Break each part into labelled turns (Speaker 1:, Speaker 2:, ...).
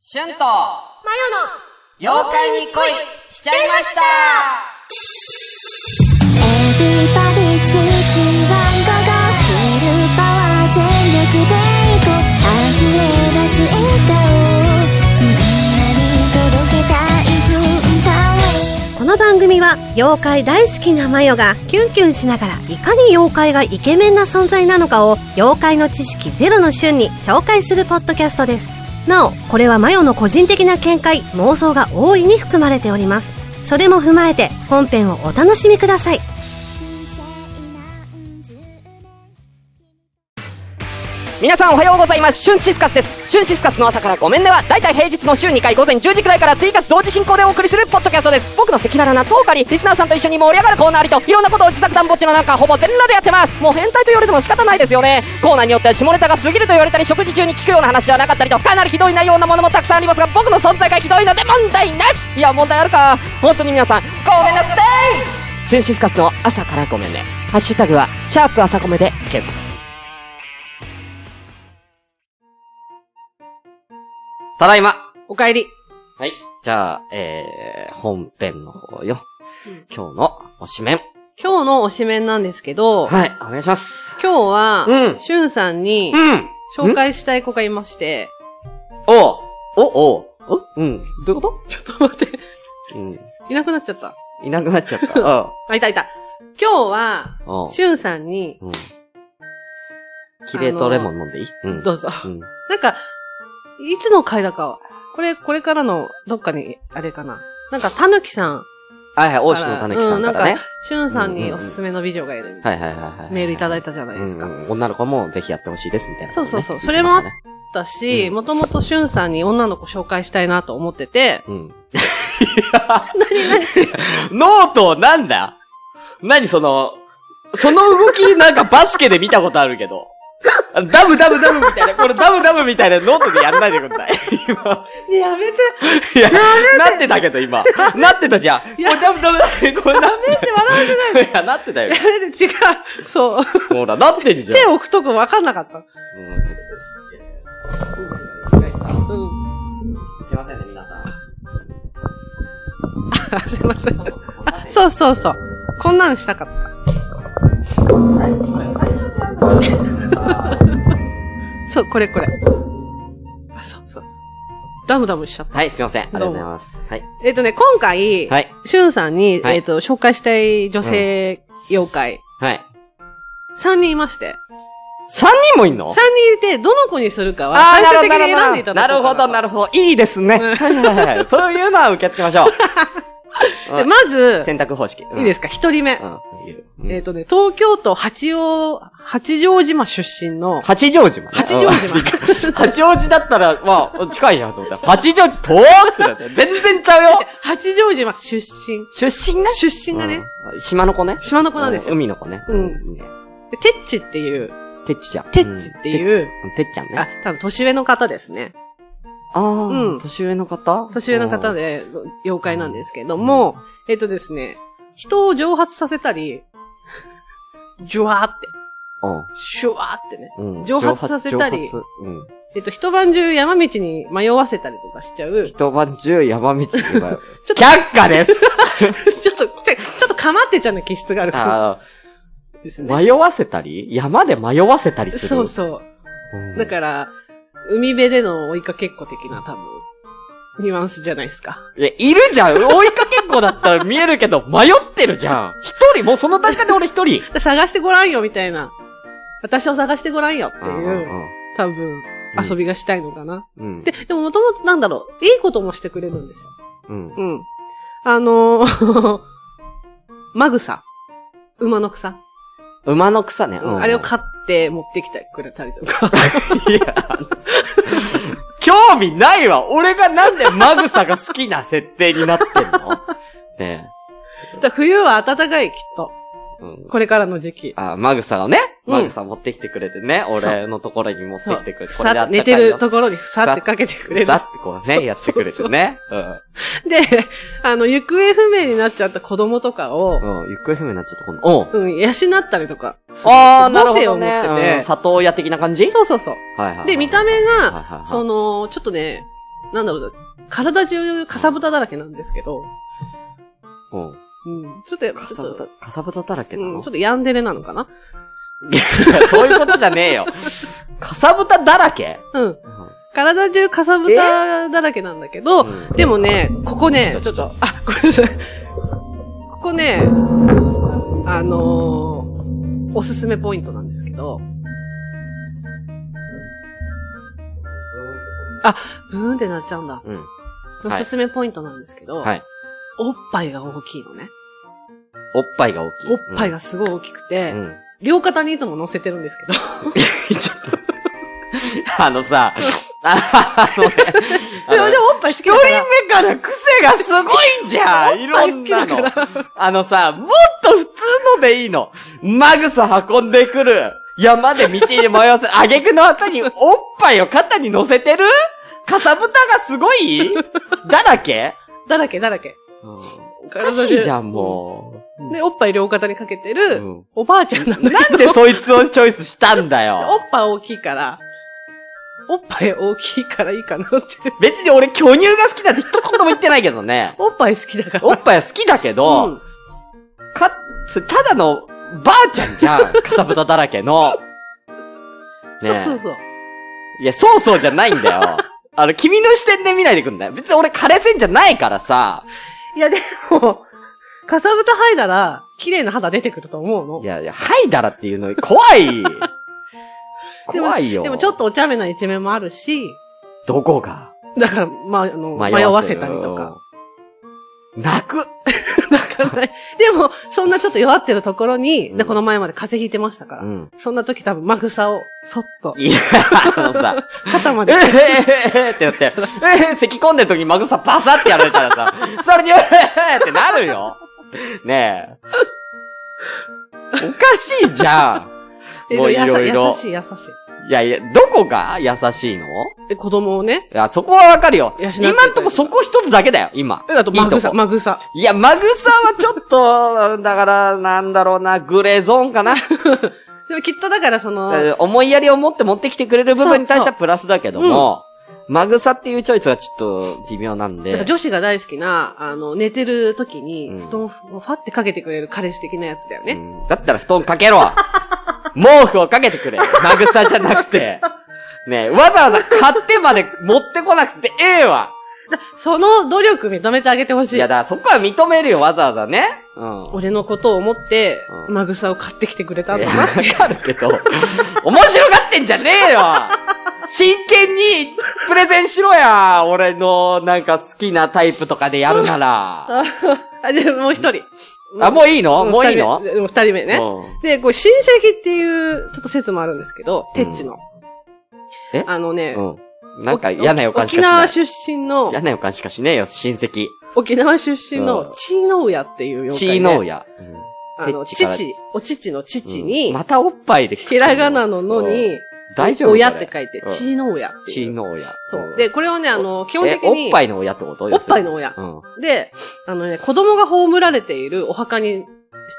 Speaker 1: シュンと、マヨの、妖怪に恋しちゃいました
Speaker 2: Everybody's waiting ワンゴゴフルパワー全力でいこう溢れ出す笑顔をみんなに届けたい文化を
Speaker 3: この番組は妖怪大好きなマヨがキュンキュンしながらいかに妖怪がイケメンな存在なのかを妖怪の知識ゼロの瞬に紹介するポッドキャストですなおこれはマヨの個人的な見解妄想が大いに含まれておりますそれも踏まえて本編をお楽しみください
Speaker 1: 皆さんおはようございます。シュンシスカスです。シュンシスカスの朝からごめんねは、だいたい平日の週2回午前10時くらいから追加同時進行でお送りするポッドキャストです。僕の赤裸々なトークあり、リスナーさんと一緒に盛り上がるコーナーありと、いろんなことを自作団ぼっちの中、ほぼ全裸でやってます。もう変態と言われても仕方ないですよね。コーナーによっては下ネタが過ぎると言われたり、食事中に聞くような話じゃなかったりと、かなりひどい内容なものもたくさんありますが、僕の存在がひどいので問題なしいや、問題あるか。本当に皆さん、ごめんなさいシュンシスカスの朝からごめんね。ハッシュタグは、シャープ朝ごめで検索。ただいま
Speaker 4: お帰り。
Speaker 1: はい。じゃあ、えー、本編の方よ。今日のおしめん。
Speaker 4: 今日の推しメンなんですけど、
Speaker 1: はい、お願いします。
Speaker 4: 今日は、
Speaker 1: うん
Speaker 4: しゅんさんに
Speaker 1: うん
Speaker 4: 紹介したい子がいまして、
Speaker 1: おうおおおうん。どういうこ
Speaker 4: ちょっと待って、
Speaker 1: とうん。
Speaker 4: いなくなっちゃった。
Speaker 1: いなくなっちゃった。 うん
Speaker 4: あ、いたいた。今日は、
Speaker 1: おう
Speaker 4: しゅんさんに、
Speaker 1: うん。キレートレモン飲んでいいうん。
Speaker 4: どうぞ。
Speaker 1: うん。
Speaker 4: なんか、いつの回だかは、これ、これからの、どっかに、あれかな。なんか、たぬきさん
Speaker 1: はいはい、
Speaker 4: から。
Speaker 1: 王子のたぬきさんから
Speaker 4: う
Speaker 1: ね
Speaker 4: な。しゅんさんにおすすめの美女がいるみたい
Speaker 1: はいはいはいはい。
Speaker 4: な。メールいただい
Speaker 1: た
Speaker 4: たじゃない
Speaker 1: で
Speaker 4: ですす
Speaker 1: か。
Speaker 4: か。
Speaker 1: う
Speaker 4: だ
Speaker 1: んうん女の子もぜひやってほしいですみたいなことね。
Speaker 4: そうそうそう
Speaker 1: 言ってましたね
Speaker 4: ったし、
Speaker 1: うん
Speaker 4: もともとしゅんさんに女の子紹介したいなと思ってて、
Speaker 1: うん。ノートなんだ何その、その動きなんかバスケで見たことあるけど。ダムダムダムみたいな、これダムダムみたいなノートでやんないでくんない今。
Speaker 4: やめて、
Speaker 1: いや、なってたけど今。なってたじゃん。これダムダムダム、これなって
Speaker 4: 笑わ
Speaker 1: たよ。いや、なってたよ。
Speaker 4: 違う。そう。
Speaker 1: ほら、なってんじゃん
Speaker 4: 手。置くとこ分かんなかった。
Speaker 1: うんいやいやさ
Speaker 4: うん。
Speaker 1: すいませんね、皆さん。
Speaker 4: あ、すいません。あ、そうそうそう。こんなんしたかった。そう、これこれ。あ、そうそうそう。ダムダムしちゃった。
Speaker 1: はい、すいません。ありがとうございます。はい。
Speaker 4: えっ、とね、今回、
Speaker 1: はい。
Speaker 4: しゅんさんに、
Speaker 1: はい
Speaker 4: えっ、と、紹介したい女性妖怪、
Speaker 1: はい。
Speaker 4: 3人いまして、
Speaker 1: 三人もいんの
Speaker 4: 3人いて、どの子にするかは、最終的に選んでいただ
Speaker 1: な
Speaker 4: こ
Speaker 1: る
Speaker 4: うか
Speaker 1: ほど、なる
Speaker 4: る
Speaker 1: ほど。いいですね。はいはいはいそういうのは受け付けましょ う。うん
Speaker 4: まず、
Speaker 1: 選択方式。
Speaker 4: いいですすか、1人目。
Speaker 1: か
Speaker 4: えっ、とね、東京都八王、八丈島出身の、
Speaker 1: 八丈島ね。
Speaker 4: 八丈島
Speaker 1: うん。八王子だったら、まあ、近いじゃんと思ったら。八丈島、遠くだって全然ちゃうよ。
Speaker 4: 八丈島出身。
Speaker 1: 出身ね。
Speaker 4: 出身がね、
Speaker 1: うん。島の子ね。
Speaker 4: 島の子なんですよ。
Speaker 1: 海の子ね。
Speaker 4: うん
Speaker 1: いいね
Speaker 4: でてっちっていう、
Speaker 1: てっちちゃん。
Speaker 4: てっちっ
Speaker 1: うん。
Speaker 4: ていう、
Speaker 1: ててっちゃん
Speaker 4: あ
Speaker 1: ね。、
Speaker 4: 多分年上の方ですね。
Speaker 1: あ
Speaker 4: う
Speaker 1: あ、
Speaker 4: ん
Speaker 1: 年上の方
Speaker 4: 年上の方。で、妖怪なんですけども、えっとですね、人を蒸発させたり、 ジュワーって、
Speaker 1: うん
Speaker 4: シュワーってね。
Speaker 1: うん。
Speaker 4: 蒸発させたり
Speaker 1: 蒸発うん。
Speaker 4: えっと、一晩中山道に迷わせたりとかしちゃう。ちょ
Speaker 1: 一晩中山道に奪う
Speaker 4: ちょっと
Speaker 1: 却下です
Speaker 4: っと、ちょちょっとかまってちゃうの気質があるん
Speaker 1: あ
Speaker 4: です
Speaker 1: ー
Speaker 4: よ ね。
Speaker 1: 迷わせたり山で迷わせたりする。
Speaker 4: そうそう。
Speaker 1: うん
Speaker 4: だから、海辺での追いかけっこ的な多分、ニュアンスじゃないですか。
Speaker 1: いや、いるじゃん追いかけっこだったら見えるけ ど、迷ってるじゃん一人もうその段階で俺一人
Speaker 4: 探してごらんよ、みたいな。私を探してごらんよって
Speaker 1: う
Speaker 4: いう、
Speaker 1: ん
Speaker 4: 多分、遊びがしたいのかな。
Speaker 1: うん。
Speaker 4: で、でももともとなんだろう、いいこともしてくれるんですよ。
Speaker 1: うん。
Speaker 4: うん。あのー、マグサ。馬の草、
Speaker 1: 馬の草ね。うん
Speaker 4: あれを買って持ってきてくれたりとか。
Speaker 1: いや、 あの興味ないわ俺がなんでマグサが好きな設定になってん のね
Speaker 4: だから冬は暖かい、きっと。
Speaker 1: え。うん。
Speaker 4: これからの時期。
Speaker 1: あ、マグサをね、
Speaker 4: うん
Speaker 1: マグサ持ってきてくれてね、俺のところに持って
Speaker 4: そ
Speaker 1: き
Speaker 4: う
Speaker 1: てくれ。て。これであったか
Speaker 4: 草、
Speaker 1: いよ
Speaker 4: 寝てるところにふさってかけてくれる。
Speaker 1: さってこうね、やってくれてね。
Speaker 4: で、あの、行方不明になっちゃった子供とか
Speaker 1: う
Speaker 4: を、
Speaker 1: ん。うん、行方不明になっちゃった、この。うん。
Speaker 4: うん、養ったりとかする、
Speaker 1: ああ、なるほど、
Speaker 4: 母性
Speaker 1: ね。
Speaker 4: を持って
Speaker 1: うん里親的な感じ
Speaker 4: て、そうそうそう。
Speaker 1: はいはいはい。
Speaker 4: で、見た目
Speaker 1: はいはいは
Speaker 4: が、
Speaker 1: い
Speaker 4: その、ちょっとね、なんだろう、体中かさぶただらけなんですけど、
Speaker 1: おう
Speaker 4: うん、ちょっと、
Speaker 1: か
Speaker 4: ち
Speaker 1: さ
Speaker 4: ょっ
Speaker 1: ぶ
Speaker 4: と
Speaker 1: た、かさぶただらけな
Speaker 4: うん、
Speaker 1: の
Speaker 4: ちょっとヤンデレなのかない
Speaker 1: やそういうことじゃねえ よ。かさぶただらけ
Speaker 4: うん。体中かさぶただらけなんだけど、
Speaker 1: うん
Speaker 4: でもね、ここね、ち
Speaker 1: ち
Speaker 4: ょ
Speaker 1: ょっ
Speaker 4: っ
Speaker 1: と
Speaker 4: と、あ、ごめんなさい。ここね、あのーおすすめポイントなんですけど、あ、ブーンってなっちゃうんだ。
Speaker 1: うん。
Speaker 4: お
Speaker 1: はい
Speaker 4: すすめポイントなんですけど、
Speaker 1: はい。
Speaker 4: おっぱいが大きいのね。
Speaker 1: おっぱいが大きい。
Speaker 4: おっぱいがすごい大きくて、
Speaker 1: うん。うん。
Speaker 4: 両肩にいつも乗せてるんですけど、
Speaker 1: ちょっと。 あのさ、あのね。あ
Speaker 4: でも
Speaker 1: の
Speaker 4: でもおっぱい好
Speaker 1: 一
Speaker 4: きだ
Speaker 1: 人
Speaker 4: から。
Speaker 1: 目から癖がすごいんじゃんいろんな
Speaker 4: おっぱい好きだ
Speaker 1: の
Speaker 4: から。
Speaker 1: あのさ、もっと普通のでいいのマグサ運んでくる山で道に迷わせ、あげくの後におっぱいを肩に乗せてるかさぶたがすごいだらけ
Speaker 4: だらけだらけ。お
Speaker 1: おかしいじゃん、もう。
Speaker 4: で、おっぱい両肩にかけてる、
Speaker 1: うん
Speaker 4: おばあちゃんなんだけど。
Speaker 1: なんでそいつをチョイスしたんだ
Speaker 4: おっ
Speaker 1: よ。
Speaker 4: ぱい大きいから、おっぱい大きいからいいかなって。
Speaker 1: 別に俺巨乳が好きだって一言も言ってないけどね。
Speaker 4: おっぱい好きだから。
Speaker 1: おっぱいは好きだけど、
Speaker 4: うん
Speaker 1: か、それただの、ばあちゃんじゃん。 かさぶただらけの。ねえ。
Speaker 4: そうそうそう。
Speaker 1: いや、そうそうじゃないんだ よ。あの、君の視点で見ないでくんだよ。別に俺枯れ線じゃないからさ。
Speaker 4: いやでも、かさぶた剥いだら、綺麗な肌出てくると思うの。
Speaker 1: いやいや、はいだらっていうの怖 い。
Speaker 4: でも
Speaker 1: 怖いよ。
Speaker 4: でもちょっ。とお茶目な一面もあるし、
Speaker 1: どこが
Speaker 4: だから、まあ、あの、迷わせたりとか。。
Speaker 1: 泣く。
Speaker 4: だから、ね、でも、そんなちょっと弱ってるところに、
Speaker 1: うん
Speaker 4: でこの前まで風邪ひいてましたから、
Speaker 1: うん。
Speaker 4: そんな時多分、マグサを、そっと、
Speaker 1: いや、あのさ。
Speaker 4: 肩ま
Speaker 1: え
Speaker 4: で
Speaker 1: え、ええってなって、ええ咳込んでる時にマグサバサってやられたらさ、それに、ええってなるよ。ねえ。おかしいじゃん。 もうい
Speaker 4: や
Speaker 1: ろ
Speaker 4: さ
Speaker 1: いろ
Speaker 4: 優。しい優しい。
Speaker 1: いやいや、どこが優しいの
Speaker 4: で、子供をね、
Speaker 1: いや、そこはわかるよ。
Speaker 4: 養って
Speaker 1: 今んとこそこ一つだけだよ、今。
Speaker 4: あと、
Speaker 1: いい
Speaker 4: マグ
Speaker 1: と
Speaker 4: サ、
Speaker 1: こ。
Speaker 4: マグサ。
Speaker 1: いや、マグサはちょっと、だから、なんだろうな、グレーゾーンかな。
Speaker 4: でもきっとだからその、
Speaker 1: えー思いやりを持って持ってきてくれる部分に対して
Speaker 4: そ
Speaker 1: は
Speaker 4: う
Speaker 1: プラスだけども、マグサっていうチョイスはちょっと微妙なん
Speaker 4: なんか
Speaker 1: で。
Speaker 4: 女子が大好きな、あの、寝てる時に
Speaker 1: う、ん
Speaker 4: 布団をファってかけてくれる彼氏的なやつだよね。
Speaker 1: うんだったら布団かけ ろ毛布をかけてくれマグサじゃなく て。ねえわざわざ買ってまで持ってこなくてええわ
Speaker 4: その努力認めてあげてほし
Speaker 1: い
Speaker 4: い
Speaker 1: や、。だからそこは認めるよ、わざわざね。うん。
Speaker 4: 俺のことを思って、
Speaker 1: うん
Speaker 4: マグサを買ってきてくれたん
Speaker 1: い
Speaker 4: だ
Speaker 1: や
Speaker 4: な
Speaker 1: わ。かるけど、面白がってんじゃねえよ真剣にプレゼンしろや俺のなんか好きなタイプとかでやるなら。
Speaker 4: あ、で、もう一人。
Speaker 1: あ、もういいの
Speaker 4: ん
Speaker 1: もういいの
Speaker 4: 二人目でもう二人目ね。
Speaker 1: うん
Speaker 4: で、こう、親戚っていう、ちょっと説もあるんですけど、
Speaker 1: う
Speaker 4: て
Speaker 1: ん
Speaker 4: っちの。
Speaker 1: え
Speaker 4: あのね、
Speaker 1: うん。なんか嫌な予感しかし
Speaker 4: 沖
Speaker 1: な
Speaker 4: 縄
Speaker 1: い。
Speaker 4: 出身の
Speaker 1: 嫌、な予感しかしねえよ、親戚。
Speaker 4: 沖縄出身
Speaker 1: う
Speaker 4: の
Speaker 1: ん
Speaker 4: チーノウヤっていう妖怪
Speaker 1: チ
Speaker 4: で。
Speaker 1: ーノーヤ。うん
Speaker 4: あの、
Speaker 1: てっちから
Speaker 4: 父、お父の父
Speaker 1: う
Speaker 4: に
Speaker 1: ん、またおっぱいで。
Speaker 4: ひらがなのの
Speaker 1: うん、
Speaker 4: に、
Speaker 1: 大丈夫
Speaker 4: 親って書いて
Speaker 1: う、ん
Speaker 4: チーノ親っていう。
Speaker 1: チーノーヤ。
Speaker 4: そうう。
Speaker 1: ん
Speaker 4: で、、これはね、あの、基
Speaker 1: 基
Speaker 4: 本的に、
Speaker 1: おっぱいの親ってこと
Speaker 4: おっぱいの親
Speaker 1: うん。
Speaker 4: で、あのね、子供が葬られているお墓に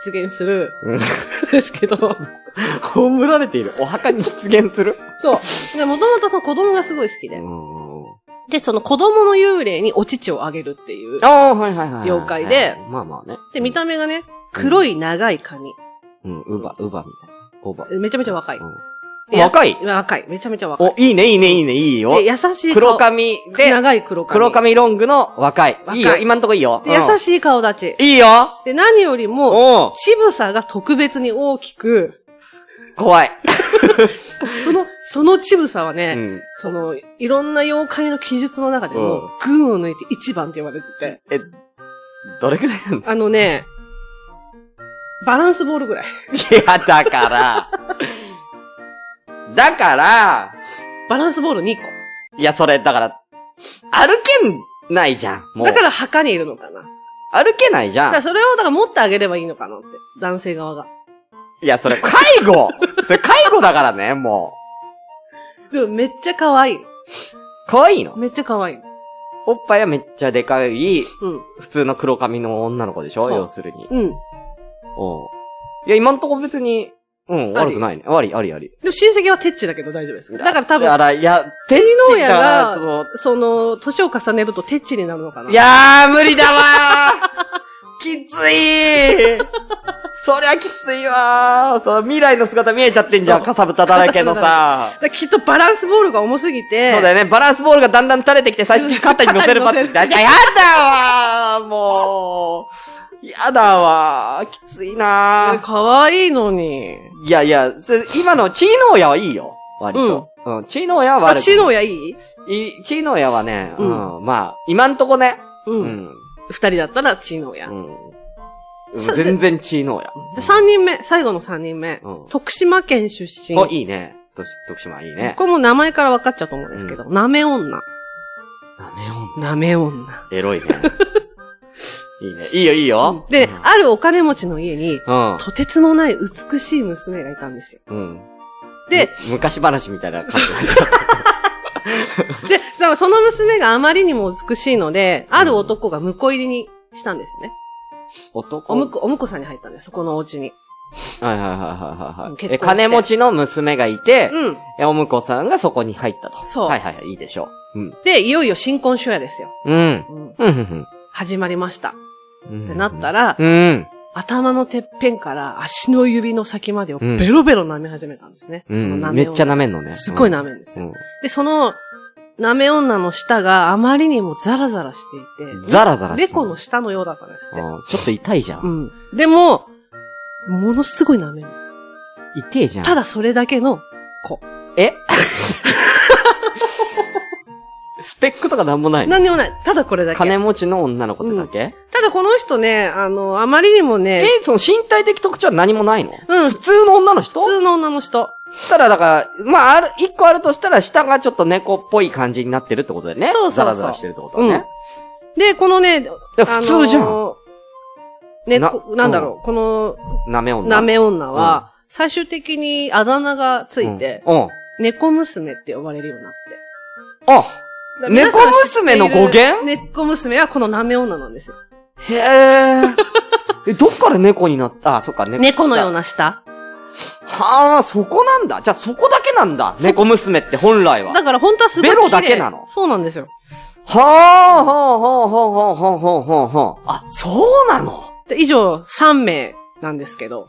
Speaker 4: 出現する、
Speaker 1: うん
Speaker 4: ですけど、そう。
Speaker 1: 葬られている。お墓に出現する
Speaker 4: で、もともとその子供がすごい好き
Speaker 1: う
Speaker 4: で、
Speaker 1: ん。
Speaker 4: で、その子供の幽霊にお乳をあげるっていう。
Speaker 1: ああ、はいはいはいはい。
Speaker 4: 妖怪で
Speaker 1: まあまあね。
Speaker 4: で、見た目がね、黒い長い髪。
Speaker 1: うん、ウバ、ウバみたいな。オバ。
Speaker 4: めちゃめちゃ若い。
Speaker 1: うん若い
Speaker 4: や若い。めちゃめちゃ若い。
Speaker 1: お、いいね、いいね、いいね、いいよ。
Speaker 4: で、優しい顔。
Speaker 1: 黒髪で、
Speaker 4: 長い黒髪。
Speaker 1: 黒髪ロングの若い。
Speaker 4: 若い
Speaker 1: いいよ、今んとこいいよ。
Speaker 4: で。優
Speaker 1: し
Speaker 4: しい顔立ち。
Speaker 1: い。いいよ
Speaker 4: で、何よりも、
Speaker 1: おう
Speaker 4: ちぶさが特別に大きく、
Speaker 1: 怖い。
Speaker 4: その、そのちぶさはね、
Speaker 1: うん。
Speaker 4: その、いろんな妖怪の記述の中で
Speaker 1: う
Speaker 4: も
Speaker 1: ん、
Speaker 4: 群を抜いて一番って言われてて、
Speaker 1: え、どれくらいなんだ
Speaker 4: あのね、バランスボールぐらい。
Speaker 1: いや、だから。だから、
Speaker 4: バランスボール2
Speaker 1: いや、それ、だから、歩けないじゃん。も
Speaker 4: 個。
Speaker 1: う。
Speaker 4: だから墓にいるのかな。だ
Speaker 1: 歩けないじゃん
Speaker 4: か。らそれを、だから持ってあげればいいのかなって。男性側が。
Speaker 1: いや、それ、介護それ、介護だからね、も
Speaker 4: でもめっちゃ可愛い。
Speaker 1: う。可愛いの
Speaker 4: めっちゃ可愛い。
Speaker 1: おっぱいはめっちゃでかい、
Speaker 4: うん。
Speaker 1: 普通の黒髪の女の子でしょ
Speaker 4: そう
Speaker 1: 要するに。
Speaker 4: うん。
Speaker 1: おういや、今んとこ別に、うん、悪くないね。あり、あり、あり。
Speaker 4: でも親戚はテッチだけど大丈夫です。だから
Speaker 1: だか
Speaker 4: 多分、
Speaker 1: ら、いや、
Speaker 4: 知能やが
Speaker 1: その、
Speaker 4: その、年を重ねるとテッチになるのか な。
Speaker 1: いやー、無理だわ ーきついーそりゃきついわーその未来の姿見えちゃってんじゃん、
Speaker 4: そう
Speaker 1: かさぶただらけの さ
Speaker 4: だからきっとバランスボールが重すぎて、
Speaker 1: そうだよね。バランスボールがだんだん垂れてきて、最終的に肩に乗せ るパターン。
Speaker 4: 肩
Speaker 1: や
Speaker 4: に乗
Speaker 1: やだわーもう。やだわーきついなー
Speaker 4: 可愛いのに。
Speaker 1: いやいや、それ今のチーノーヤはいいよ。割と。うん。チーノーヤは
Speaker 4: あ、
Speaker 1: 悪く
Speaker 4: 知能やいい
Speaker 1: いチーノーヤはね、う、
Speaker 4: うんん
Speaker 1: まあ、今んとこね。
Speaker 4: う。
Speaker 1: うんん。
Speaker 4: 二人だったら知能や。
Speaker 1: う
Speaker 4: で
Speaker 1: ん。
Speaker 4: そう
Speaker 1: 全然チーノーヤ。
Speaker 4: 三人目、最後の三人目
Speaker 1: うん。
Speaker 4: 徳島県出身。
Speaker 1: お、いいね。とし徳島いいね。
Speaker 4: これもう名前から分かっちゃうと思うんですけど、なめ女。
Speaker 1: なめ女。
Speaker 4: なめ女。
Speaker 1: エロいね。 いいね。いいよ、いいよ。
Speaker 4: で、あるお金持ちの家に、
Speaker 1: うん。
Speaker 4: とてつもない美しい娘がいたん ですよ。
Speaker 1: うん。
Speaker 4: で、
Speaker 1: む、昔話みたいな感じ。
Speaker 4: で、そうその娘があまりにも美しいので、ある男が婿入りにしたんですね。
Speaker 1: 男
Speaker 4: おむこ、お婿さんに入ったんです、そこのお家に。
Speaker 1: はいはいはいはいはいは
Speaker 4: うん
Speaker 1: い。
Speaker 4: 結婚
Speaker 1: え
Speaker 4: して
Speaker 1: 金持ちの娘がいて、
Speaker 4: うん。
Speaker 1: えお婿さんがそこに入ったと。
Speaker 4: そう
Speaker 1: はいはいはい、いいでしょう。うん。
Speaker 4: で、いよいよ新婚初夜ですよ。
Speaker 1: うん。
Speaker 4: うん。
Speaker 1: うん、うん、
Speaker 4: 始まりました。
Speaker 1: うん。
Speaker 4: ってなったら
Speaker 1: うん。
Speaker 4: 頭のてっぺんから足の指の先までを
Speaker 1: うん
Speaker 4: ベロベロ舐め始めたんですね。
Speaker 1: う
Speaker 4: その
Speaker 1: ん。
Speaker 4: 舐
Speaker 1: め
Speaker 4: め
Speaker 1: っちゃ舐
Speaker 4: め。
Speaker 1: めんのね。
Speaker 4: すっごい舐
Speaker 1: め。
Speaker 4: めんです
Speaker 1: う
Speaker 4: よ。
Speaker 1: ん。
Speaker 4: で、その、舐め女の舌があまりにもザラザラしていて、
Speaker 1: ザラザラしてる
Speaker 4: 猫の舌のようだったんですって。
Speaker 1: うんちょっと痛いじゃ。
Speaker 4: うんん。でも、ものすごい舐めるんですよ。
Speaker 1: 痛いじゃん。
Speaker 4: ただそれだけの子。
Speaker 1: えスペックとかなんもないの
Speaker 4: 何にもない。ただこれだけ。
Speaker 1: 金持ちの女の子ってだけ、
Speaker 4: ただこの人ね、あの、あまりにもね
Speaker 1: え、、その身体的特徴は何もないの
Speaker 4: う
Speaker 1: 普
Speaker 4: ん、普
Speaker 1: 通の女の人
Speaker 4: 通の女の人。
Speaker 1: したらだから、まあ、ある、一個あるとしたら、下がちょっと猫っぽい感じになってるってことだよね。
Speaker 4: そうそうそう
Speaker 1: ザラザラしてるってことだね。
Speaker 4: で、このね、
Speaker 1: で普通じゃん
Speaker 4: あのね、
Speaker 1: な
Speaker 4: こなんだろう、この、
Speaker 1: なめ女。
Speaker 4: なめ女は、最終的にあだ名がついて、
Speaker 1: うん。うん。
Speaker 4: 猫娘って呼ばれるようになって。
Speaker 1: あ
Speaker 4: だから皆さんが知ってい
Speaker 1: 猫
Speaker 4: る
Speaker 1: 娘の語源
Speaker 4: 猫娘はこのなめ女なんですよ。
Speaker 1: へえ。え、どっから猫になったあ、そっか、猫。
Speaker 4: 猫のよう。な舌。
Speaker 1: はあ、そこなんだ。じゃあそこだけなんだ。猫娘って本来は。
Speaker 4: だから本当はすごい綺麗。
Speaker 1: ベロだけなの
Speaker 4: そうなんですよ。
Speaker 1: はあ、はあ、はあ、はあ、はあ、はあ、はあ、はあ。あ、そうなの
Speaker 4: で以上、3名なんですけど。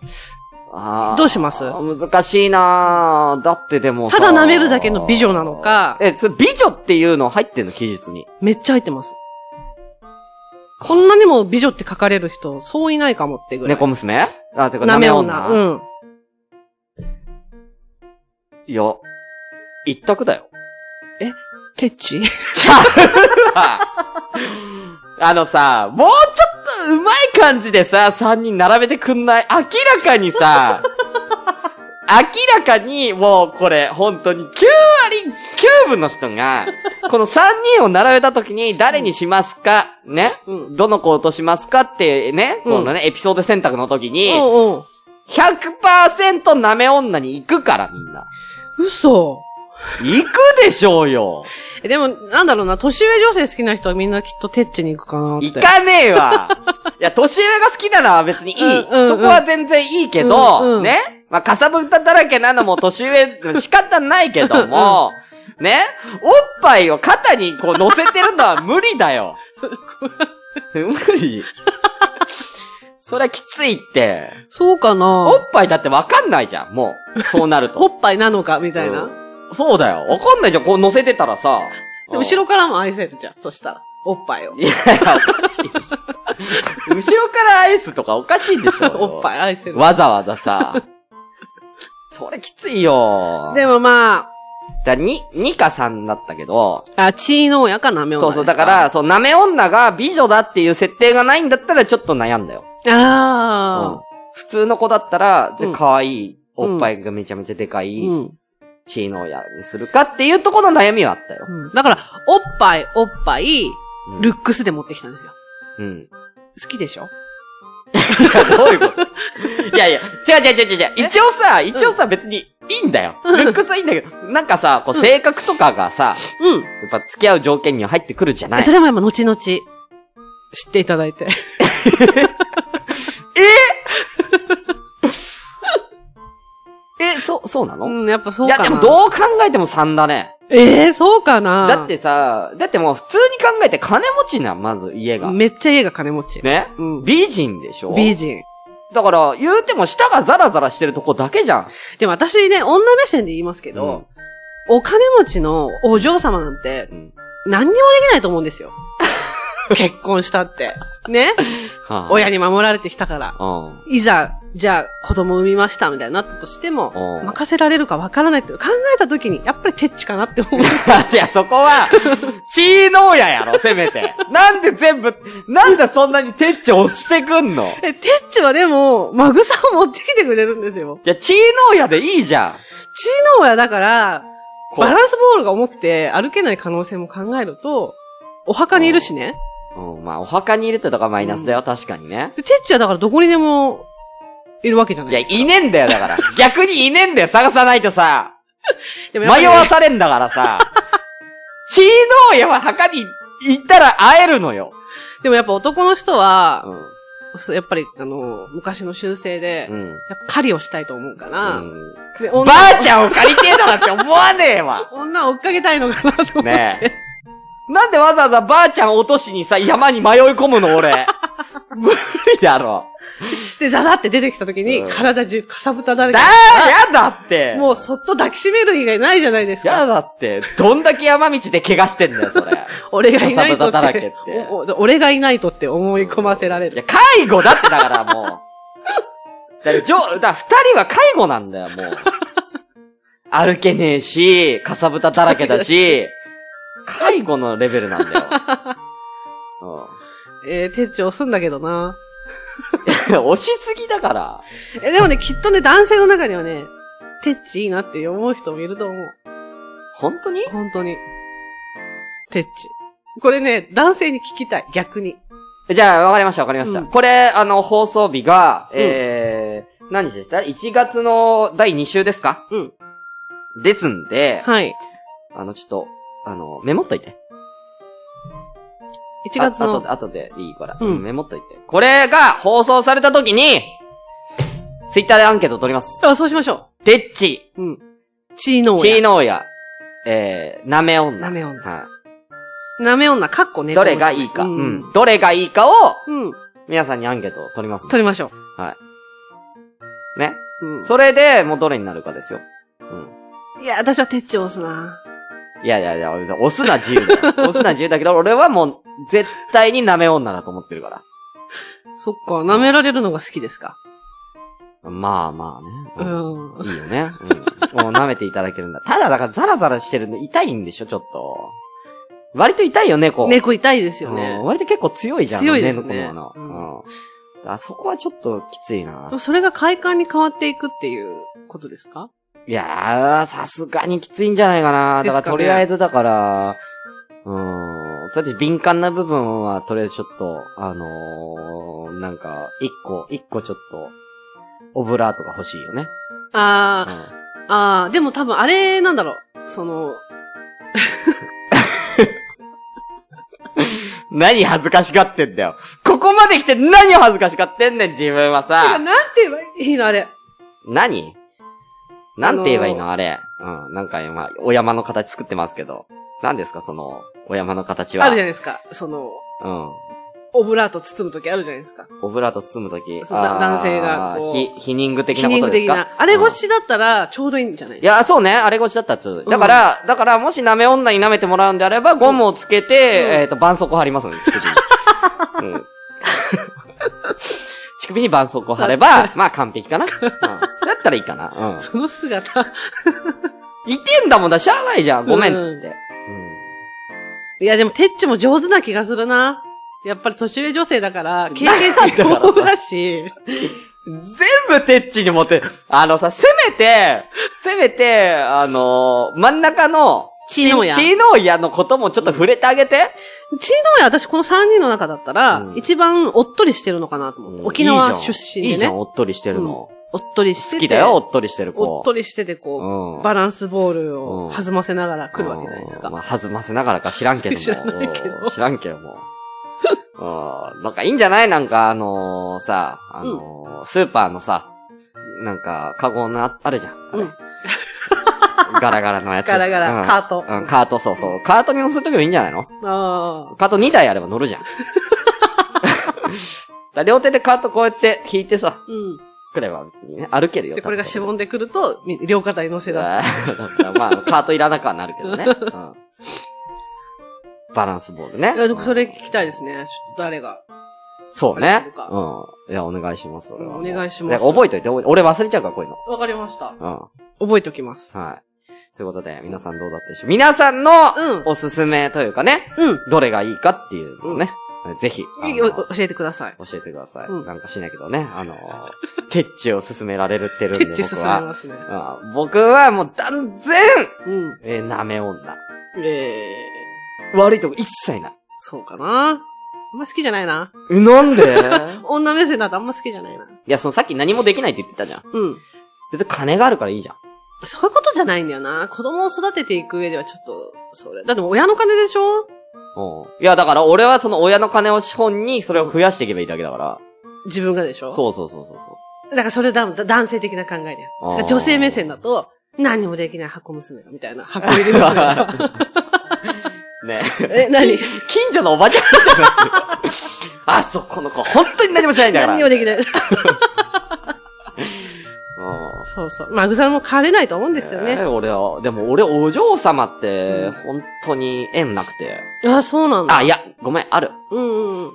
Speaker 1: あー
Speaker 4: どうします
Speaker 1: 難しいなーだってでもさ。
Speaker 4: ただ舐めるだけの美女なのか
Speaker 1: え、それ美女っていうの入ってんの記述に。
Speaker 4: めっちゃ入ってます。こんなにも美女って書かれる人、そういないかもってぐらい。
Speaker 1: 猫娘あ、てか、
Speaker 4: なめ女。
Speaker 1: うん。
Speaker 4: うん。
Speaker 1: いや、一択だよ。
Speaker 4: テッチ
Speaker 1: ちゃうわ あのさ、もうちょっとうまい感じでさ、三人並べてくんない明らかに さ、明らかに、もうこれ、本当に9割9分の人が、この3人を並べた時に誰にしますか、ね、
Speaker 4: うん
Speaker 1: どの子を落としますかってね、
Speaker 4: うん
Speaker 1: このね、エピソード選択の時に、
Speaker 4: うんうん。
Speaker 1: 100%舐め女に行くから、みんな。
Speaker 4: 嘘。
Speaker 1: 行くでしょうよ
Speaker 4: えでも、なんだろうな、年上女性好きな人はみんなきっとテッチに行くかなって。
Speaker 1: 行かねえ わ。いや、年上が好きなのは別にいい。
Speaker 4: うんうんうん
Speaker 1: そこは全然いいけど、
Speaker 4: うんうん
Speaker 1: ね。まあ、かさぶただらけなのも年上、仕方ないけども、ね。おっぱいを肩にこう乗せてるのは無理だ よ。無理。そりゃきついって。
Speaker 4: そうかな
Speaker 1: おっぱいだってわかんないじゃん、もう。そうなると。
Speaker 4: おっぱいなのかみたいな。
Speaker 1: うんそうだよ。わかんないじゃん、こう乗せてたらさ。
Speaker 4: で後ろからも愛せるじゃん。そしたら。おっぱいを
Speaker 1: い。やいや、おかしいでしょ。後ろからアイスとかおかしいでしょ。
Speaker 4: おっぱい愛せる。
Speaker 1: わざわざさ。それきついよ。
Speaker 4: でもま
Speaker 1: だに、2か3だったけど。
Speaker 4: あ、あ、チーノーやかなめ女
Speaker 1: そうそう、だか、ら、そう、舐め女が美女だっていう設定がないんだったらちょっと悩んだよ。うん
Speaker 4: ああ、
Speaker 1: 普通の子だったら、
Speaker 4: うん
Speaker 1: 可愛いおっぱいがめちゃめちゃでか
Speaker 4: う
Speaker 1: い、
Speaker 4: ん。
Speaker 1: チーノーヤにするかっていうところの悩みはあったよ。
Speaker 4: うん。だから、おっぱい、おっぱい、
Speaker 1: うん
Speaker 4: ルックスで持ってきたんですよ。
Speaker 1: うん。
Speaker 4: 好きでしょ
Speaker 1: いや、どういうこといやいや、違う違う違う違う。一応さ、一応さ、別にいいんだよ。ルックスはいいんだけど、なんかさ、こう性格とかがさ、
Speaker 4: う
Speaker 1: や
Speaker 4: ん。
Speaker 1: っぱ付き合う条件には入ってくるじゃない
Speaker 4: それも今、後々、知っていただいて。
Speaker 1: そうなの、
Speaker 4: うん、やっぱそ
Speaker 1: いう
Speaker 4: か
Speaker 1: や、で
Speaker 4: な。
Speaker 1: もどう考えても3だね。
Speaker 4: ええそうかな
Speaker 1: だっ、てさ、だってもう普通に考えて金持ちなん、まず家が。
Speaker 4: めっちゃ家が金持ち。
Speaker 1: ね
Speaker 4: うん
Speaker 1: 美人でしょ
Speaker 4: 美。人。
Speaker 1: だから、言うても舌がザラザラしてるとこだけじゃん。
Speaker 4: でも私ね、女目線で言いますけど、お金持ちのお嬢様なんて
Speaker 1: う、ん。
Speaker 4: 何にもできないと思うんですよ。結婚したって。ね
Speaker 1: はあ、
Speaker 4: 親に守られてきたから。
Speaker 1: うん。
Speaker 4: いざ、じゃあ、子供産みました、みたいになったとしても
Speaker 1: う、ん
Speaker 4: 任せられるかわからないって考えた時に、やっぱりテッチかなって思う。
Speaker 1: いや、そこは、チーノーヤやろ、せめて。なんで全部、なんでそんなにテッチ押してくんのい
Speaker 4: え、テッチはでも、マグサを持ってきてくれるんですよ。
Speaker 1: や、チーノーヤでいいじゃん。
Speaker 4: 知能やだから、
Speaker 1: こう
Speaker 4: バランスボールが重くて歩けない可能性も考えると、お墓にいるしね。
Speaker 1: うん、まあ、お墓にいるってとかマイナスだよ、確かにね。
Speaker 4: で、テッチはだからどこにでも、いるわけじゃない
Speaker 1: いや、
Speaker 4: ですか。
Speaker 1: いねえんだよ、だから。逆にいねえんだよ、探さないとさ。
Speaker 4: でもやっぱり
Speaker 1: 迷
Speaker 4: ね
Speaker 1: わされんだからさ。チーノーヤは墓に行ったら会えるのよ。
Speaker 4: でもやっぱ男の人は、
Speaker 1: うん。
Speaker 4: そうやっぱり、あの、昔の習性で、
Speaker 1: う
Speaker 4: やっ
Speaker 1: ん。
Speaker 4: ぱ狩りをしたいと思うか
Speaker 1: う
Speaker 4: ら、
Speaker 1: ん
Speaker 4: で女
Speaker 1: ばあちゃんを借りてえだなって思わねえわ。
Speaker 4: 女を追っかけたいのかなと思って。
Speaker 1: ねえ。なんでわざわざばあちゃん落としにさ、山に迷い込むの 俺。無理だろ。
Speaker 4: で、ザザって出てきた時に、
Speaker 1: うん
Speaker 4: 体中かさぶただら
Speaker 1: だ
Speaker 4: け。
Speaker 1: ーやだって
Speaker 4: もうそっと抱きしめる以外ないじゃないです
Speaker 1: や
Speaker 4: か。
Speaker 1: だって、どんだけ山道で怪我してんだよ、それ。
Speaker 4: 俺がいないと
Speaker 1: かさぶただ
Speaker 4: っ
Speaker 1: らけって
Speaker 4: ておお俺がいないとって思い込ませられ
Speaker 1: い
Speaker 4: る。
Speaker 1: や、介護だってだからもう。だから、じょ、だから二人は介護なんだよ、もう。歩けねえし、かさぶただらけだし、介護のレベルなんだ よ。
Speaker 4: えー、手帳押すんだけどな。
Speaker 1: うん、 押しすぎだから。
Speaker 4: え、でもね、きっとね、男性の中にはね、テッチいいなって思う人もいると思う。
Speaker 1: 本当に
Speaker 4: 本当に。テッチ。これね、男性に聞きたい。逆に。
Speaker 1: じゃあ、わかりました、わかりました。
Speaker 4: うん
Speaker 1: これ、あの、放送日が、
Speaker 4: うん
Speaker 1: えー、何日でした ?1 月の第2週ですか
Speaker 4: うん。
Speaker 1: ですんで、
Speaker 4: はい。
Speaker 1: あの、ちょっと、あの、メモっといて。
Speaker 4: 1月
Speaker 1: あ
Speaker 4: の
Speaker 1: 後で、後でいいから。
Speaker 4: うん
Speaker 1: メモっといて。これが放送された時に、ツイッターでアンケート取ります。
Speaker 4: あ、そうしましょ
Speaker 1: でっち、
Speaker 4: う。うん。チーノ
Speaker 1: チー
Speaker 4: ーヤ。
Speaker 1: ノーや、えー、なめ女。
Speaker 4: なめ女
Speaker 1: は
Speaker 4: なめ女、かっこね。
Speaker 1: い。どれがいいか、
Speaker 4: う
Speaker 1: うんん、。どれがいいかを、
Speaker 4: うん。
Speaker 1: 皆さんにアンケートを取りますんで。
Speaker 4: 取りましょ
Speaker 1: ね。
Speaker 4: う。うん。
Speaker 1: それで、もうどれになるかですよ。うん。
Speaker 4: いや、私はテッチを押すな。
Speaker 1: いやいやいや、押すな自由だよ。 押すな自由だけど、俺はもう、絶対になめ女だと思ってるから。
Speaker 4: そっか、舐められるのが好きですか。
Speaker 1: まあまあ
Speaker 4: う
Speaker 1: ね。
Speaker 4: ん。
Speaker 1: いいよね。うん。もう舐めていただけるんだ。ただ、だからザラザラしてるの痛いんでしょ、ちょっと。割と痛いよ、猫。
Speaker 4: 猫痛いですよ
Speaker 1: う
Speaker 4: ね
Speaker 1: ん。割と結構強いじゃん。
Speaker 4: 強いですね
Speaker 1: 猫のあ
Speaker 4: う
Speaker 1: の。うん。あそこはちょっときついな。
Speaker 4: それが快感に変わっていくっていうことですか
Speaker 1: いやー、さすがにきついんじゃないかな。だから、
Speaker 4: ですか
Speaker 1: と
Speaker 4: ね
Speaker 1: りあえずだから、うん。だって敏感な部分は、とりあえずちょっと、あのー、なんか、一個、一個ちょっと、オブラートが欲しいよね。う
Speaker 4: あ
Speaker 1: ん
Speaker 4: あ、ああ、でも多分あれなんだろう。その、
Speaker 1: 何恥ずかしがってんだよ。ここまで来て何を恥ずかしがってんねん、自分は
Speaker 4: てか
Speaker 1: さ。
Speaker 4: なんて言えばいいのあれ。
Speaker 1: 何なんて言えばいい
Speaker 4: あ
Speaker 1: のあれ。うん。なんか今、お山の形作ってますけど。何ですかその、お山の形は。
Speaker 4: あるじゃないですか。その、
Speaker 1: うん。
Speaker 4: オブラート包むときあるじゃないですか。
Speaker 1: オブラート包むとき。
Speaker 4: そうだ
Speaker 1: あー
Speaker 4: 男性がこう
Speaker 1: ひ、ヒニング的
Speaker 4: ヒ
Speaker 1: なこ
Speaker 4: ニン
Speaker 1: と
Speaker 4: グ
Speaker 1: です
Speaker 4: 的
Speaker 1: か
Speaker 4: な。あれ越
Speaker 1: し、
Speaker 4: しだったらちょうどいいんじゃない
Speaker 1: いや、そうね。あれ越しだったらちょっと。だから、だから、もし舐め女に舐めてもらうんであれば、ゴムをつけて、
Speaker 4: うん
Speaker 1: えっ、と、絆創膏貼りますので、乳首に。うん。 乳首に絆創膏貼れば、まあ完璧かな。うん。だったらいいかな。
Speaker 4: その姿。
Speaker 1: うん。いてんだもんだ、しゃあないじゃん。ごめん、つって。
Speaker 4: いや、でも、テッチも上手な気がするな。やっぱり年上女性だから、経験値
Speaker 1: だから
Speaker 4: 豊富だし。
Speaker 1: うん。全部てっちに持って、あのさ、せめて、せめて、あのー真ん中の、
Speaker 4: チノヤ
Speaker 1: チチノヤのこともちょっと触れてあげて。
Speaker 4: チーノや私この3人の中だったら、
Speaker 1: うん
Speaker 4: 一番おっとりしてるのかなと思って。沖縄出身
Speaker 1: いいじゃんいいじ
Speaker 4: でね。
Speaker 1: ゃん、おっとりしてるの。
Speaker 4: おっとりしてて。
Speaker 1: 好きだよ、おっとりしてる子。
Speaker 4: おっとりしててこう、
Speaker 1: うん
Speaker 4: バランスボール
Speaker 1: う
Speaker 4: を
Speaker 1: ん
Speaker 4: 弾ませながら来るわけじゃないですか。
Speaker 1: うんまあ、弾ませながらか知らんけども。
Speaker 4: 知らないけど
Speaker 1: うん知らんけども。うんなんかいいんじゃないなんかあのーさ、あのースーパーのさ、なんか、カゴのああるじゃん。あれ
Speaker 4: うん
Speaker 1: ガラガラのやつ。
Speaker 4: ガラガラ
Speaker 1: うん
Speaker 4: カート
Speaker 1: うん、カート、そうそう。カートに乗せとけばいいんじゃないの
Speaker 4: あ
Speaker 1: カート2台あれば乗るじゃん。だから両手でカートこうやって引いてさ
Speaker 4: あ。、うん。
Speaker 1: くれば別にね、歩けるよ。
Speaker 4: で、これがしぼ
Speaker 1: ん
Speaker 4: んでくると、み両肩に乗せ出す。
Speaker 1: だからまあ、カートいらなくはなるけ どね。うんバランスボールね
Speaker 4: いや。でもそれ聞きたいですね。ちょっと誰が。
Speaker 1: そうね
Speaker 4: とか。
Speaker 1: うん。いや、お願いします、俺は。
Speaker 4: お願いします
Speaker 1: なんか覚えといて、お俺忘れちゃうから、こういうの。
Speaker 4: わかりました。
Speaker 1: う
Speaker 4: 覚えておきます。
Speaker 1: ん。はい。ということで、皆さんどうだったでしょう皆さんの
Speaker 4: うん、
Speaker 1: おすすめというかね、
Speaker 4: うん。
Speaker 1: どれがいいかっていうのをね、ぜひ、あの
Speaker 4: いお教えてください。
Speaker 1: 教えてください。
Speaker 4: うん
Speaker 1: なんかしないけどね、あの、 テッチを勧められるってるんで、
Speaker 4: テッ
Speaker 1: 僕
Speaker 4: チ進め
Speaker 1: は。
Speaker 4: ますね。
Speaker 1: うん僕はもう断然、
Speaker 4: うん。
Speaker 1: えー、舐め女。
Speaker 4: ええ
Speaker 1: 悪いとこ一切ない。
Speaker 4: そうかな。あんま好きじゃないな。
Speaker 1: えなんで
Speaker 4: 女目線だとあんま好きじゃない な。
Speaker 1: いや、そのさっき何もできないって言ってたじゃん。
Speaker 4: うん。
Speaker 1: 別に金があるからいいじゃん。
Speaker 4: そういうことじゃないんだよな。子供を育てていく上ではちょっと、それ。だってもう親の金でしょ
Speaker 1: うん。いや、だから俺はその親の金を資本にそれを増やしていけばいいだけだから。
Speaker 4: 自分がでしょう。
Speaker 1: そうそうそうそうそう。
Speaker 4: だからそれだ、だ男性的な考えだよ。
Speaker 1: あー
Speaker 4: だから女性目線だと、何にもできない箱娘が、みたいな。箱入り娘 が。
Speaker 1: ね
Speaker 4: え、 何
Speaker 1: 近所のおばちゃん みたいになってるあそこの子、本当に何もしないんだから。
Speaker 4: 何にもできない。
Speaker 1: うん
Speaker 4: そうそう。まあ、ぐさも変われないと思うんですよ
Speaker 1: え
Speaker 4: ね。
Speaker 1: ー俺は、でも俺、お嬢様って
Speaker 4: うん、
Speaker 1: 本当に縁なくて。
Speaker 4: あ、そうなんだ。
Speaker 1: あ、いや、ごめん、ある。
Speaker 4: うんうんうん。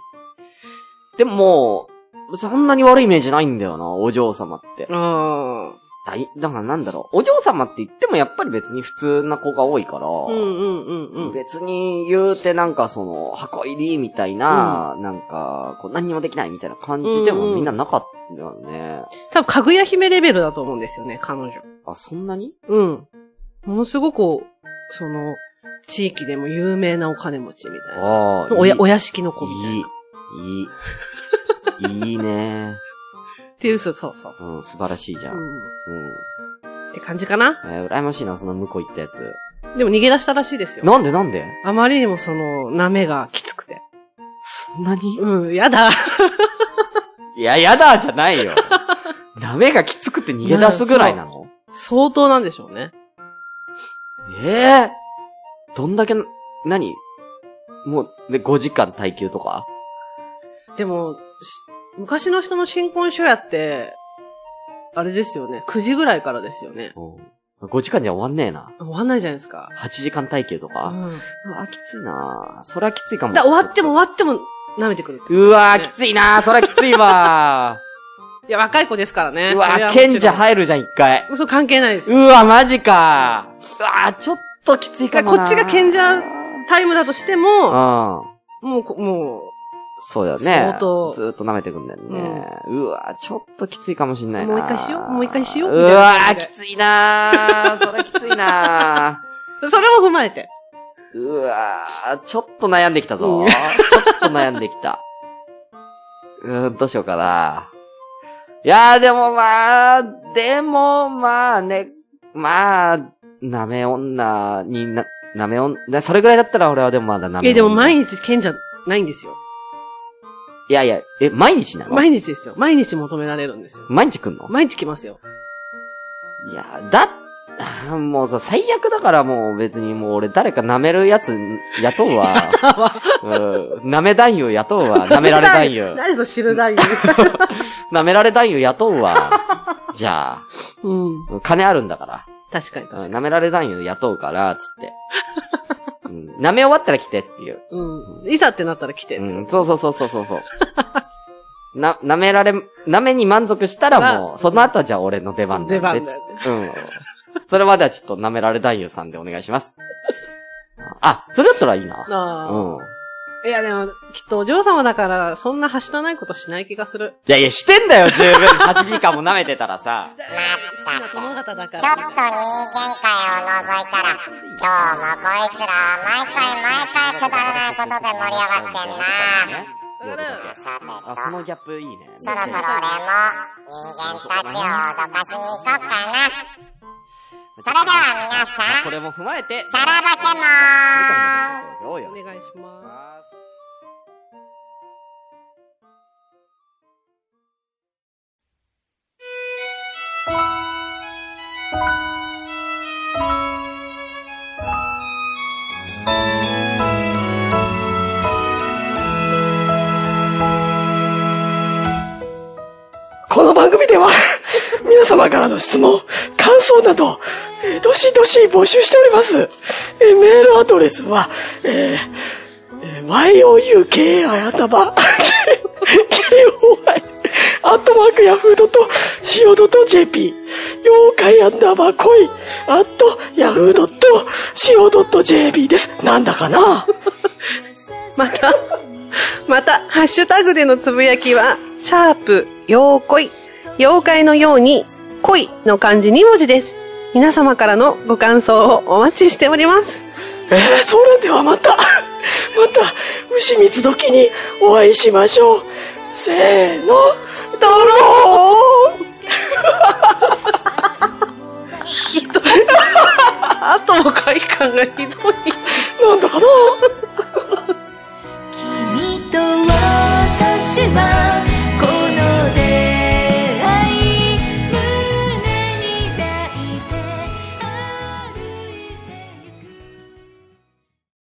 Speaker 1: でももう、そんなに悪いイメージないんだよな、お嬢様って。
Speaker 4: あ
Speaker 1: あいだからなんだろう。お嬢様って言ってもやっぱり別に普通な子が多いから、
Speaker 4: あ。うんうんうんうん。
Speaker 1: 別に言うてなんかその、箱入りみたいな、なんか、こう何にもできないみたいな感じで
Speaker 4: うんう
Speaker 1: も
Speaker 4: ん
Speaker 1: みんななかったよね。
Speaker 4: 多分、かぐや姫レベルだと思うんですよね、彼女。
Speaker 1: あ、そんなに
Speaker 4: うん。ものすごく、その、地域でも有名なお金持ちみたいな。
Speaker 1: ああ。
Speaker 4: おや
Speaker 1: い、い
Speaker 4: お屋敷の子みた
Speaker 1: い
Speaker 4: いな。
Speaker 1: い。いい。いいね。
Speaker 4: っていう、そうそうそうそう。
Speaker 1: うん、素晴らしいじゃん。うん。
Speaker 4: うん。って感じかな。
Speaker 1: えー、羨ましいな、その向こう行ったやつ。
Speaker 4: でも逃げ出したらしいですよ。
Speaker 1: なんでなんで
Speaker 4: あまりにもその、舐めがきつくて。
Speaker 1: そんなに
Speaker 4: うん、やだ。
Speaker 1: いや、やだじゃないよ。 ダメがきつくて逃げ出すぐらいなの
Speaker 4: 相当なんでしょうね。
Speaker 1: ええどんだけ、何もう、で、5時間耐久とか
Speaker 4: でも、し昔の人の新婚書やって、あれですよね。9時ぐらいからですよね。
Speaker 1: うん。5時間じゃ終わんねえな。
Speaker 4: 終わんないじゃないですか。
Speaker 1: 8時間耐久と
Speaker 4: う
Speaker 1: か、
Speaker 4: ん。
Speaker 1: うわ、きついなそれはきついかも。
Speaker 4: だ終わっても。終わっても舐めてくるって。
Speaker 1: うわきついなそれはきついわ
Speaker 4: いや、若い子ですから ね。
Speaker 1: う
Speaker 4: それ
Speaker 1: わ
Speaker 4: はもちろん
Speaker 1: 賢者入るじゃん、一回。
Speaker 4: 嘘関係ないです
Speaker 1: う。わマジかうわちょっときついかもな
Speaker 4: こっちが賢者タイムだとしても、
Speaker 1: うん。
Speaker 4: もうこ、も
Speaker 1: そうだよね。
Speaker 4: 相当
Speaker 1: ずーっと舐めてくんだよね。うわちょっときついかもしんないな。
Speaker 4: もう一回しようもう一回しよう
Speaker 1: う
Speaker 4: みたいな
Speaker 1: わ
Speaker 4: 感
Speaker 1: き
Speaker 4: じで
Speaker 1: ついなーそれきついな
Speaker 4: う、それも踏まえて。
Speaker 1: ーうわちょっと悩んできたぞ。
Speaker 4: うん
Speaker 1: ちょっと悩んできた。うーん、どうしようかな。いやー、でもまあ、でもまあね、まあ、舐め女にな、舐め女、それぐらいだったら俺はでもまだ舐め
Speaker 4: い
Speaker 1: 女。
Speaker 4: や、でも毎日賢者ないんですよ。
Speaker 1: いやいや、え、毎日なの
Speaker 4: 毎日ですよ。毎日求められるんですよ。
Speaker 1: 毎日来んの
Speaker 4: 毎日来ますよ。
Speaker 1: いや、だ、 あーもうさ、最悪だからもう別にもう俺誰か舐めるやつ雇 うわ。うん舐め男優雇うわ。舐められ男 優。
Speaker 4: 何ぞ知る 男優。
Speaker 1: 舐められ男優雇うわ。じゃ
Speaker 4: うん。
Speaker 1: あ、金あるんだから。
Speaker 4: 確かに確
Speaker 1: う
Speaker 4: か
Speaker 1: ん
Speaker 4: に。
Speaker 1: 舐められ男優雇うから、つって。うん舐め終わったら来てっていう。
Speaker 4: うん。いざってなったら来て。
Speaker 1: うん、そうそうそうそうそう そう。な、舐められ、舐めに満足したらもう、その後はじゃあ俺の出番だ
Speaker 4: 出番
Speaker 1: で
Speaker 4: だ
Speaker 1: つ
Speaker 4: よ
Speaker 1: うん。それまではちょっと舐められ男優さんでお願いします。あ、それだったらいいな。う
Speaker 4: あ
Speaker 1: ん。
Speaker 4: あ。いや、でも、きっとお嬢様だから、そんなはしたないことしない気がする。
Speaker 1: いやいや、してんだよ、十分。8時間も舐めてたらさ。
Speaker 4: 好きな殿方だか
Speaker 5: ちょっと人間界を
Speaker 4: ら。
Speaker 5: 覗いたら、今日もこいつらは毎回毎回くだらないことで盛り上がってんな。
Speaker 4: だから
Speaker 5: さてと、
Speaker 1: あ、そのギャップいいね。
Speaker 5: そろそろ俺も人間たちを脅かしに行こうかな。それでは皆さん、
Speaker 1: これも踏まえて、
Speaker 5: さらばけもーん。
Speaker 1: どうよ
Speaker 4: お。願いします。
Speaker 6: からの質問、感想など、えーどしどし募集しております。えーメールアドレスは、えーえー youk あやたば、k-o-i、アットマークヤフードと CO.jp、妖怪アンダーバー恋、アットヤフードと CO.jp です。なんだかな
Speaker 4: また、また、ハッシュタグでのつぶやきは、シャープ、妖怪、妖怪のように、恋の漢字2文字です。皆様からのご感想をお待ちしており ます。
Speaker 6: えー、それではまた、また、牛三つ時にお会いしましょう。せーの、ドローン
Speaker 4: あとも快感がひどい。
Speaker 6: なんだかな
Speaker 2: 君と私は